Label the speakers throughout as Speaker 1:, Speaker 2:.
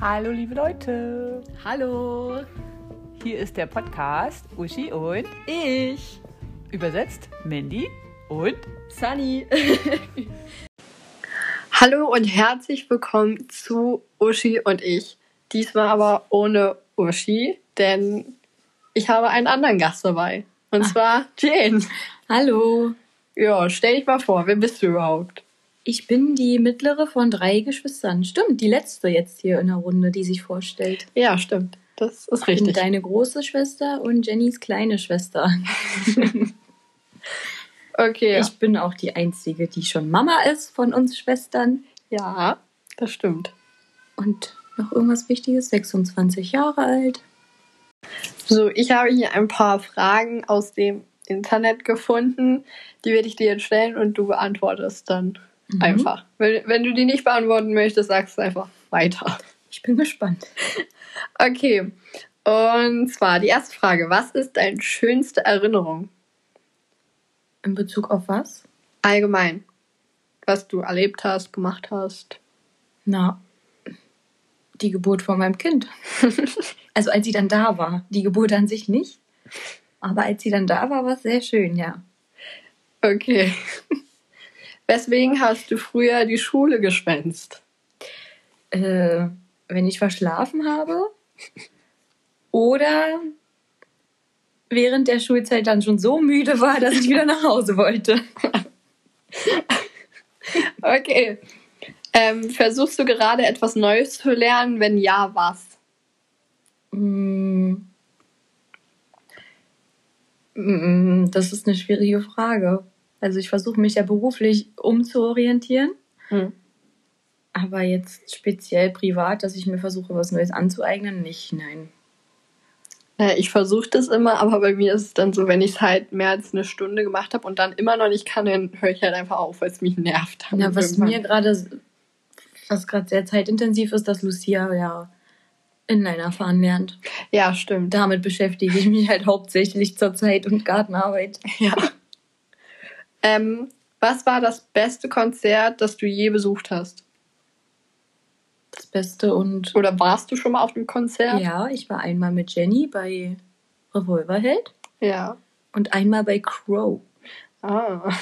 Speaker 1: Hallo liebe Leute,
Speaker 2: Hallo,
Speaker 1: hier ist der Podcast Uschi und
Speaker 2: ich,
Speaker 1: übersetzt Mandy und
Speaker 2: Sunny.
Speaker 3: Hallo und herzlich willkommen zu Uschi und ich. Diesmal aber ohne Uschi, denn ich habe einen anderen Gast dabei. Und zwar Jane.
Speaker 2: Ah. Hallo,
Speaker 3: Ja, stell dich mal vor, wer bist du überhaupt?
Speaker 2: ich bin die mittlere von drei Geschwistern. Stimmt, die letzte jetzt hier in der Runde, die sich vorstellt.
Speaker 3: Ja, stimmt. Das ist
Speaker 2: Ich bin
Speaker 3: richtig.
Speaker 2: deine große Schwester und Jennys kleine Schwester.
Speaker 3: Okay.
Speaker 2: Ich bin auch die einzige, die schon Mama ist von uns Schwestern
Speaker 3: ja, das stimmt.
Speaker 2: und noch irgendwas Wichtiges, 26 Jahre alt.
Speaker 3: So, ich habe hier ein paar Fragen aus dem Internet gefunden. Die werde ich dir jetzt stellen und du beantwortest dann
Speaker 2: Mhm.
Speaker 3: einfach. Wenn, wenn du die nicht beantworten möchtest, sagst du einfach weiter.
Speaker 2: Ich bin gespannt.
Speaker 3: Okay. Und zwar die erste Frage: Was ist deine schönste Erinnerung?
Speaker 2: In Bezug auf was?
Speaker 3: Allgemein. Was du erlebt hast, gemacht hast.
Speaker 2: Na, die Geburt von meinem Kind. also als sie dann da war. Die Geburt an sich nicht. Aber als sie dann da war, war es sehr schön, ja.
Speaker 3: Okay. Weswegen hast du früher die Schule geschwänzt?
Speaker 2: Äh, wenn ich verschlafen habe oder während der Schulzeit dann schon so müde war, dass ich wieder nach Hause wollte.
Speaker 3: Okay. Ähm, versuchst du gerade etwas Neues zu lernen? Wenn ja, was?
Speaker 2: Mm. Mm, Das ist eine schwierige Frage. Also ich versuche mich ja beruflich umzuorientieren.
Speaker 3: Hm.
Speaker 2: Aber jetzt speziell privat, dass ich mir versuche, was Neues anzueignen, nicht, nein.
Speaker 3: Äh, Ich versuche das immer, aber bei mir ist es dann so, wenn ich es halt mehr als eine Stunde gemacht habe und dann immer noch nicht kann, dann höre ich halt einfach auf, weil es mich nervt.
Speaker 2: Na, was
Speaker 3: Irgendwann.
Speaker 2: mir gerade, was gerade sehr zeitintensiv ist, dass Lucia ja Inliner fahren lernt.
Speaker 3: Ja, stimmt.
Speaker 2: Damit beschäftige ich mich halt hauptsächlich zur Zeit und Gartenarbeit.
Speaker 3: Ja. Ähm, was war das beste Konzert, das du je besucht hast?
Speaker 2: Das Beste und
Speaker 3: Oder warst du schon mal auf einem Konzert?
Speaker 2: ja, ich war einmal mit Jenny bei Revolverheld
Speaker 3: Ja.
Speaker 2: und einmal bei Crow.
Speaker 3: Ah.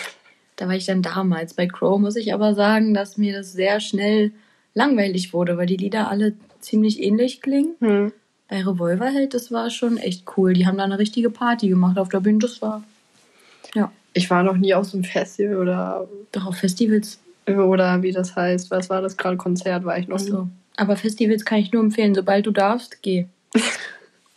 Speaker 2: Da war ich dann damals. Bei Crow muss ich aber sagen, dass mir das sehr schnell langweilig wurde, weil die Lieder alle ziemlich ähnlich klingen.
Speaker 3: Hm.
Speaker 2: Bei Revolverheld, das war schon echt cool. Die haben da eine richtige Party gemacht auf der Bühne. Das war
Speaker 3: Ich war noch nie auf so einem Festival oder,
Speaker 2: doch auf Festivals.
Speaker 3: oder wie das heißt. Was war das gerade? Konzert war ich noch nie.
Speaker 2: So. Aber Festivals kann ich nur empfehlen. Sobald du darfst, geh.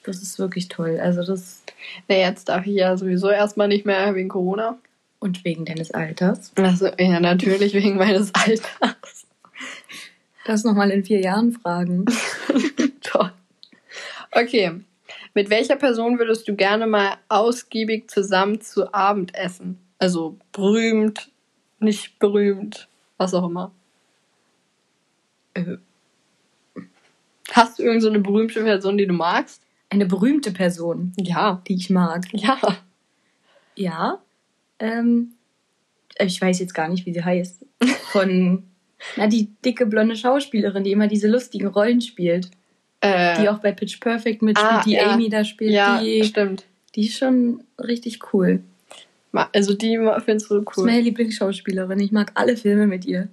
Speaker 2: Das ist wirklich toll. Also das
Speaker 3: Nee, jetzt darf ich ja sowieso erstmal nicht mehr wegen Corona.
Speaker 2: und wegen deines Alters.
Speaker 3: Also, ja, natürlich wegen meines Alters.
Speaker 2: Das nochmal in vier Jahren fragen.
Speaker 3: Toll. Okay. Mit welcher Person würdest du gerne mal ausgiebig zusammen zu Abend essen? Also berühmt, nicht berühmt, was auch immer.
Speaker 2: Äh,
Speaker 3: Hast du irgendeine so eine berühmte Person, die du magst?
Speaker 2: Eine berühmte Person,
Speaker 3: Ja.
Speaker 2: die ich mag.
Speaker 3: Ja.
Speaker 2: Ja. Ähm, ich weiß jetzt gar nicht, wie sie heißt. Von na, die dicke blonde Schauspielerin, die immer diese lustigen Rollen spielt.
Speaker 3: Äh,
Speaker 2: Die auch bei Pitch Perfect mitspielt,
Speaker 3: Ah,
Speaker 2: die
Speaker 3: ja.
Speaker 2: Amy da spielt.
Speaker 3: ja,
Speaker 2: Die,
Speaker 3: stimmt.
Speaker 2: die ist schon richtig cool.
Speaker 3: Ma- Also die ma- findest du
Speaker 2: Das ist
Speaker 3: cool.
Speaker 2: meine Lieblingsschauspielerin. Ich mag alle Filme mit ihr.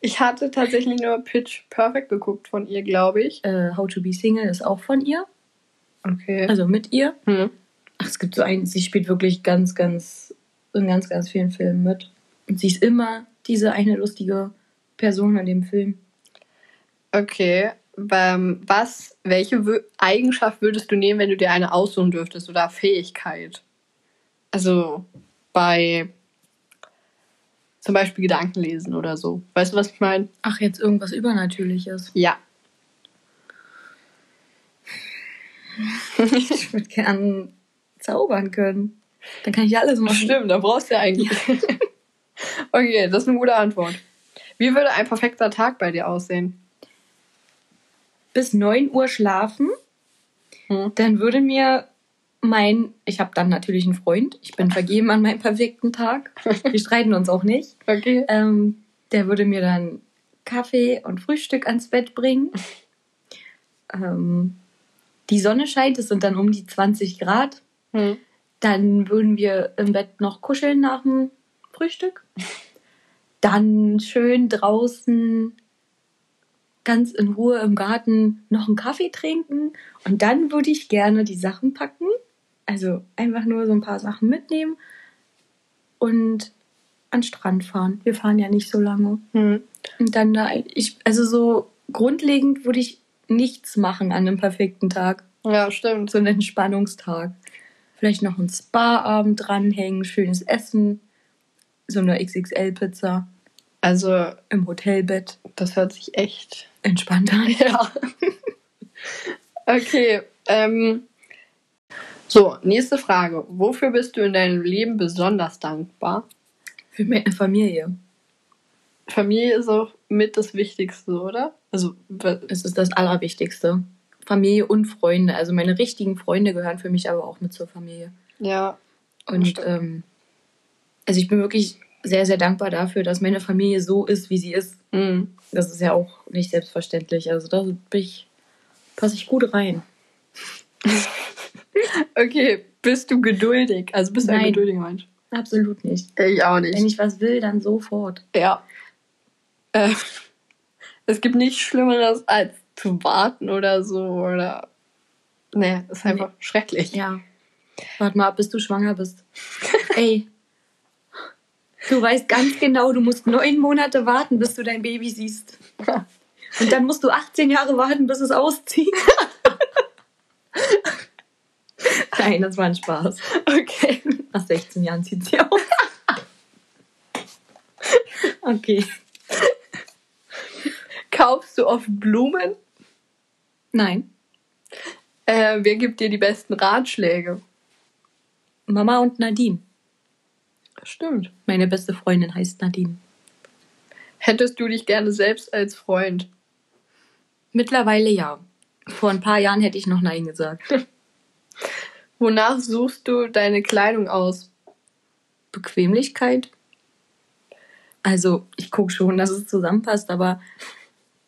Speaker 3: Ich hatte tatsächlich nur Pitch Perfect geguckt von ihr, glaube ich.
Speaker 2: Äh, How to be Single ist auch von ihr.
Speaker 3: Okay.
Speaker 2: Also mit ihr.
Speaker 3: Hm.
Speaker 2: Ach, es gibt so einen, sie spielt wirklich ganz, ganz, in ganz, ganz vielen Filmen mit. Und sie ist immer diese eine lustige Person in dem Film.
Speaker 3: Okay. Ähm, was, welche Wö- Eigenschaft würdest du nehmen, wenn du dir eine aussuchen dürftest oder Fähigkeit? Also bei zum Beispiel Gedankenlesen oder so. Weißt du, was ich meine?
Speaker 2: Ach, jetzt irgendwas Übernatürliches.
Speaker 3: Ja.
Speaker 2: Ich würde gern zaubern können. Dann kann ich alles machen.
Speaker 3: Stimmt, da brauchst du ja eigentlich. okay, das ist eine gute Antwort. Wie würde ein perfekter Tag bei dir aussehen?
Speaker 2: Bis 9 Uhr schlafen.
Speaker 3: Hm.
Speaker 2: Dann würde mir mein, ich habe dann natürlich einen Freund. Ich bin vergeben an meinem perfekten Tag. Wir streiten uns auch nicht.
Speaker 3: Okay.
Speaker 2: Ähm, der würde mir dann Kaffee und Frühstück ans Bett bringen. ähm, die Sonne scheint, es sind dann um die 20 Grad.
Speaker 3: Hm.
Speaker 2: Dann würden wir im Bett noch kuscheln nach dem Frühstück. Dann schön draußen ganz in Ruhe im Garten noch einen Kaffee trinken. Und dann würde ich gerne die Sachen packen. Also einfach nur so ein paar Sachen mitnehmen und an den Strand fahren. Wir fahren ja nicht so lange.
Speaker 3: Hm.
Speaker 2: Und dann da, ich, also so grundlegend würde ich nichts machen an einem perfekten Tag.
Speaker 3: Ja, stimmt.
Speaker 2: So einen Entspannungstag. Vielleicht noch einen Spa-Abend dranhängen, schönes Essen, so eine XXL-Pizza
Speaker 3: Also,
Speaker 2: im Hotelbett.
Speaker 3: das hört sich echt
Speaker 2: Entspannt an.
Speaker 3: Ja. Okay. Ähm, so, nächste Frage. Wofür bist du in deinem Leben besonders dankbar?
Speaker 2: Für meine Familie.
Speaker 3: Familie ist auch mit das Wichtigste, oder? Also, w-
Speaker 2: Es ist das Allerwichtigste. Familie und Freunde. Also meine richtigen Freunde gehören für mich aber auch mit zur Familie.
Speaker 3: ja,
Speaker 2: Und
Speaker 3: Stimmt.
Speaker 2: ähm, also ich bin wirklich sehr, sehr dankbar dafür, dass meine Familie so ist, wie sie ist.
Speaker 3: mm,
Speaker 2: Das ist ja auch nicht selbstverständlich. Also da bin ich, passe ich gut rein.
Speaker 3: Okay, bist du geduldig? Also, bist du ein
Speaker 2: Nein.
Speaker 3: geduldiger Mensch?
Speaker 2: Absolut nicht.
Speaker 3: Ich auch nicht.
Speaker 2: Wenn ich was will, dann sofort.
Speaker 3: ja. Äh, es gibt nichts Schlimmeres als zu warten oder so, oder. Nee, ist einfach schrecklich.
Speaker 2: Ja. Warte mal ab, bis du schwanger bist. Ey. Du weißt ganz genau, du musst neun Monate warten, bis du dein Baby siehst. Und dann musst du 18 Jahre warten, bis es auszieht. Nein, das war ein Spaß.
Speaker 3: Okay.
Speaker 2: Nach 16 Jahren zieht sie auf. Okay.
Speaker 3: Kaufst du oft Blumen?
Speaker 2: Nein.
Speaker 3: Äh, wer gibt dir die besten Ratschläge?
Speaker 2: Mama und Nadine.
Speaker 3: Stimmt.
Speaker 2: Meine beste Freundin heißt Nadine.
Speaker 3: Hättest du dich gerne selbst als Freund?
Speaker 2: Mittlerweile ja. Vor ein paar Jahren hätte ich noch Nein gesagt.
Speaker 3: Wonach suchst du deine Kleidung aus?
Speaker 2: Bequemlichkeit. Also, ich gucke schon, dass es zusammenpasst, aber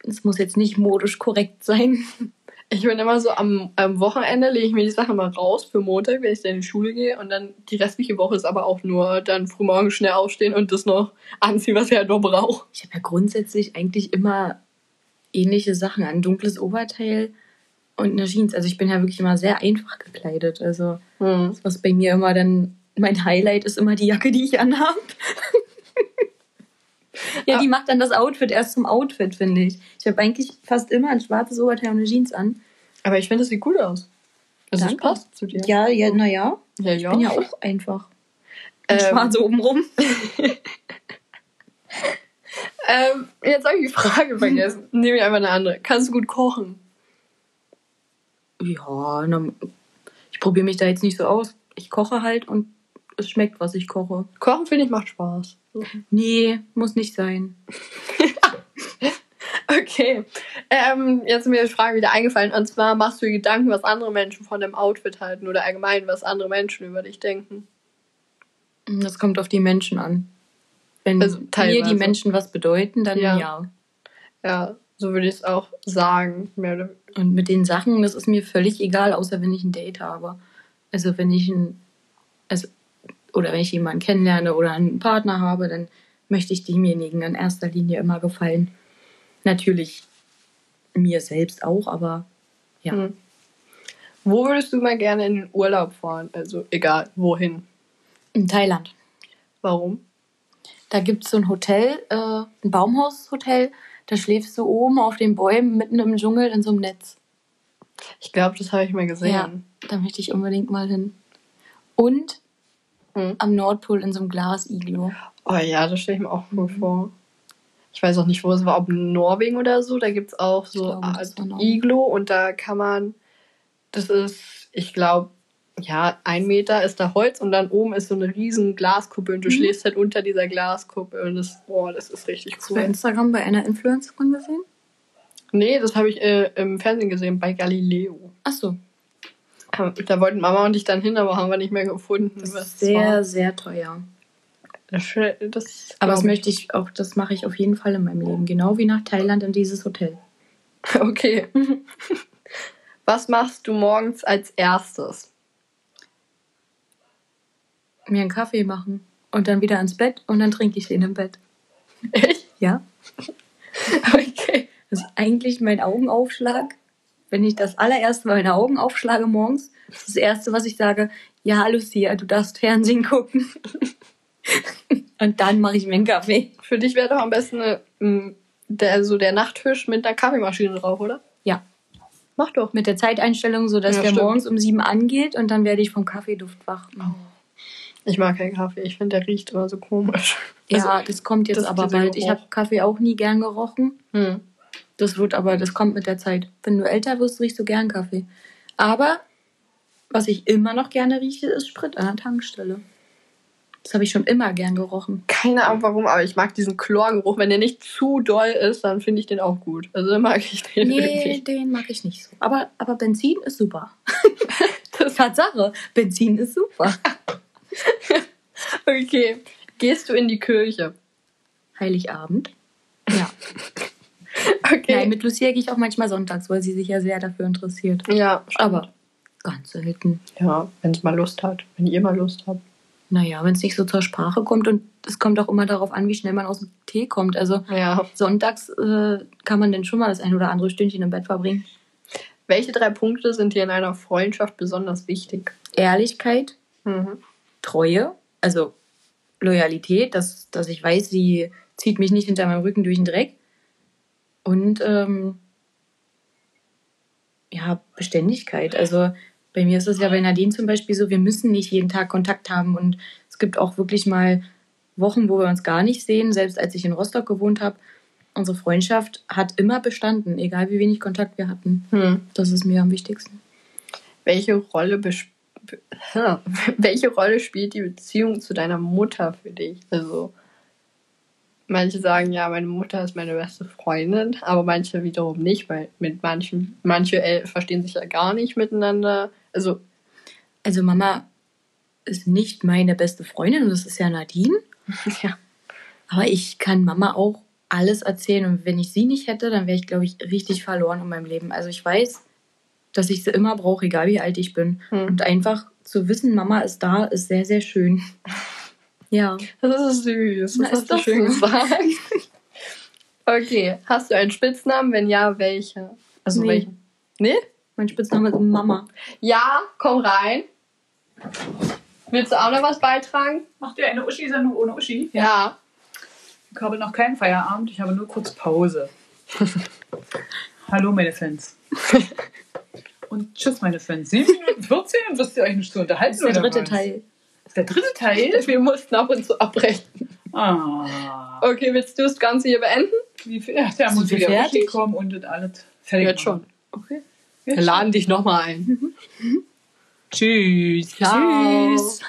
Speaker 2: es muss jetzt nicht modisch korrekt sein.
Speaker 3: Ich bin immer so, am, am Wochenende lege ich mir die Sachen mal raus für Montag, wenn ich dann in die Schule gehe. Und dann die restliche Woche ist aber auch nur dann frühmorgen schnell aufstehen und das noch anziehen, was ich halt noch brauche.
Speaker 2: Ich habe ja grundsätzlich eigentlich immer ähnliche Sachen an. Dunkles Oberteil und eine Jeans. Also, ich bin ja wirklich immer sehr einfach gekleidet. Also,
Speaker 3: Hm.
Speaker 2: was bei mir immer dann mein Highlight ist immer die Jacke, die ich anhabe. ja, die macht dann das Outfit erst zum Outfit, finde ich. Ich habe eigentlich fast immer ein schwarzes Oberteil und eine Jeans an.
Speaker 3: Aber ich finde, das sieht gut aus. Also es
Speaker 2: Danke.
Speaker 3: passt zu dir.
Speaker 2: Ja, ja, naja.
Speaker 3: ja.
Speaker 2: Ich bin ja auch einfach.
Speaker 3: Ähm,
Speaker 2: Schwarz oben rum.
Speaker 3: ähm, jetzt habe ich die Frage vergessen. Nehme ich einfach eine andere. Kannst du gut kochen?
Speaker 2: Ja, na, ich probiere mich da jetzt nicht so aus. Ich koche halt und es schmeckt, was ich koche.
Speaker 3: Kochen, finde ich, macht Spaß.
Speaker 2: Nee, muss nicht sein.
Speaker 3: Okay, ähm, jetzt ist mir die Frage wieder eingefallen. Und zwar machst du dir Gedanken, was andere Menschen von deinem Outfit halten oder allgemein, was andere Menschen über dich denken.
Speaker 2: Das kommt auf die Menschen an. Wenn
Speaker 3: Also,
Speaker 2: mir
Speaker 3: teilweise.
Speaker 2: die Menschen was bedeuten, dann
Speaker 3: Ja.
Speaker 2: ja.
Speaker 3: Ja, so würde ich es auch sagen. Mehr oder-
Speaker 2: Und mit den Sachen, das ist mir völlig egal, außer wenn ich ein Date habe. Also wenn ich ein, also, oder wenn ich jemanden kennenlerne oder einen Partner habe, dann möchte ich demjenigen in erster Linie immer gefallen. Natürlich mir selbst auch, aber ja.
Speaker 3: Hm. Wo würdest du mal gerne in den Urlaub fahren? Also egal, wohin.
Speaker 2: In Thailand.
Speaker 3: Warum?
Speaker 2: Da gibt es so ein Hotel, äh, ein Baumhaushotel, da schläfst du oben auf den Bäumen mitten im Dschungel in so einem Netz.
Speaker 3: Ich glaube, das habe ich mal
Speaker 2: Ja,
Speaker 3: gesehen.
Speaker 2: da möchte ich unbedingt mal hin. Und
Speaker 3: Hm.
Speaker 2: am Nordpol in so einem Glasiglo.
Speaker 3: Oh ja, das stelle ich mir auch gut vor. Ich weiß auch nicht, wo es war, ob Norwegen oder so. Da gibt es auch so
Speaker 2: glaube,
Speaker 3: eine
Speaker 2: das
Speaker 3: Art
Speaker 2: war Norwegen.
Speaker 3: Iglo und da kann man, das ist, ich glaube, ja, ein Meter ist da Holz und dann oben ist so eine riesen Glaskuppel
Speaker 2: Mhm.
Speaker 3: und du schläfst halt unter dieser Glaskuppel und das, oh, das ist richtig
Speaker 2: Hast du bei
Speaker 3: cool.
Speaker 2: Instagram bei einer Influencerin gesehen?
Speaker 3: Nee, das habe ich äh, im Fernsehen gesehen, bei Galileo.
Speaker 2: Achso,
Speaker 3: Da wollten Mama und ich dann hin, aber haben wir nicht mehr gefunden. was es war.
Speaker 2: sehr teuer.
Speaker 3: Das, das
Speaker 2: Aber das
Speaker 3: glaub
Speaker 2: möchte ich auch, das mache ich auf jeden Fall in meinem Leben. Genau wie nach Thailand in dieses Hotel.
Speaker 3: ich. Okay. Was machst du morgens als erstes?
Speaker 2: Mir einen Kaffee machen und dann wieder ins Bett und dann trinke ich den im Bett.
Speaker 3: Echt?
Speaker 2: Ja,
Speaker 3: Okay.
Speaker 2: das ist eigentlich mein Augenaufschlag. Wenn ich das allererste Mal meine Augen aufschlage morgens, das ist das erste, was ich sage, ja, Lucia, du darfst Fernsehen gucken. und dann mache ich mir einen Kaffee.
Speaker 3: Für dich wäre doch am besten eine, m, der, so der Nachttisch mit einer Kaffeemaschine drauf, oder?
Speaker 2: Ja,
Speaker 3: Mach doch.
Speaker 2: mit der Zeiteinstellung, so dass
Speaker 3: Ja,
Speaker 2: der
Speaker 3: stimmt. Oh.
Speaker 2: morgens um sieben angeht und dann werde ich vom Kaffeeduft wach.
Speaker 3: Ich mag keinen Kaffee. Ich finde, der riecht immer so komisch.
Speaker 2: ja, das kommt jetzt
Speaker 3: Also das-
Speaker 2: aber
Speaker 3: dieser
Speaker 2: bald. Ich
Speaker 3: Geruch.
Speaker 2: habe Kaffee auch nie gern gerochen.
Speaker 3: Hm.
Speaker 2: Das wird aber, das kommt mit der Zeit. Wenn du älter wirst, riechst du gern Kaffee. Aber was ich immer noch gerne rieche, ist Sprit an der Tankstelle. Das habe ich schon immer gern gerochen.
Speaker 3: Keine Ahnung warum, aber ich mag diesen Chlorgeruch. Wenn der nicht zu doll ist, dann finde ich den auch gut. Also dann mag ich den
Speaker 2: Nee,
Speaker 3: wirklich.
Speaker 2: den mag ich nicht so. Aber, aber Benzin ist super. Tatsache, Benzin ist super.
Speaker 3: Okay. Gehst du in die Kirche?
Speaker 2: Heiligabend. Ja. Nein,
Speaker 3: Okay.
Speaker 2: mit Lucia gehe ich auch manchmal sonntags, weil sie sich ja sehr dafür interessiert.
Speaker 3: ja, stimmt.
Speaker 2: Aber ganz selten.
Speaker 3: Ja, wenn es mal Lust hat. Wenn ihr mal Lust habt.
Speaker 2: Naja, wenn es nicht so zur Sprache kommt und es kommt auch immer darauf an, wie schnell man aus dem Tee kommt. Also
Speaker 3: Ja.
Speaker 2: sonntags äh, kann man denn schon mal das ein oder andere Stündchen im Bett verbringen.
Speaker 3: Welche drei Punkte sind dir in einer Freundschaft besonders wichtig?
Speaker 2: Ehrlichkeit,
Speaker 3: Mhm.
Speaker 2: Treue, also Loyalität, dass, dass ich weiß, sie zieht mich nicht hinter meinem Rücken durch den Dreck. Und ähm, ja, Beständigkeit. Also bei mir ist es ja bei Nadine zum Beispiel so, wir müssen nicht jeden Tag Kontakt haben. Und es gibt auch wirklich mal Wochen, wo wir uns gar nicht sehen. Selbst als ich in Rostock gewohnt habe, unsere Freundschaft hat immer bestanden, egal wie wenig Kontakt wir hatten.
Speaker 3: Hm.
Speaker 2: Das ist mir am wichtigsten.
Speaker 3: Welche Rolle besp be- Hä? welche Rolle spielt die Beziehung zu deiner Mutter für dich? Also manche sagen ja, meine Mutter ist meine beste Freundin, aber manche wiederum nicht, weil mit manchen manche äh, verstehen sich ja gar nicht miteinander. Also
Speaker 2: Also Mama ist nicht meine beste Freundin und das ist ja Nadine.
Speaker 3: ja,
Speaker 2: Aber ich kann Mama auch alles erzählen und wenn ich sie nicht hätte, dann wäre ich, glaube ich, richtig verloren in meinem Leben. Also ich weiß, dass ich sie immer brauche, egal wie alt ich bin.
Speaker 3: Hm.
Speaker 2: Und einfach zu wissen, Mama ist da, ist sehr, sehr schön. Ja.
Speaker 3: das ist süß. Das
Speaker 2: Na,
Speaker 3: hast
Speaker 2: ist
Speaker 3: du
Speaker 2: das
Speaker 3: schön
Speaker 2: so?
Speaker 3: gesagt. Okay, hast du einen Spitznamen? Wenn ja, welche? Also
Speaker 2: Nee.
Speaker 3: welchen? Nee?
Speaker 2: Mein Spitzname ist Mama.
Speaker 3: Ja, komm rein. Willst du auch noch was beitragen?
Speaker 1: Macht ihr eine Uschi-Sendung ohne Uschi?
Speaker 3: Ja.
Speaker 1: Ich habe noch keinen Feierabend, ich habe nur kurz Pause. Hallo, meine Fans. Und tschüss, meine Fans. 7 Minuten 14 wisst ihr euch nicht zu unterhalten.
Speaker 2: Das ist der
Speaker 1: oder
Speaker 2: dritte
Speaker 1: was?
Speaker 2: Teil.
Speaker 1: Ist der dritte Teil?
Speaker 3: Wir mussten ab und zu abbrechen.
Speaker 1: Ah.
Speaker 3: Okay, willst du das Ganze hier beenden?
Speaker 1: Wie viel? Ach, da
Speaker 2: Sind
Speaker 1: muss
Speaker 2: wir
Speaker 1: wieder
Speaker 2: fertig?
Speaker 1: Uschi kommen und das alles fertig
Speaker 3: Jetzt schon.
Speaker 2: Okay.
Speaker 1: machen. Jetzt schon.
Speaker 3: dich nochmal ein.
Speaker 1: Tschüss.
Speaker 3: Ciao.
Speaker 2: Tschüss.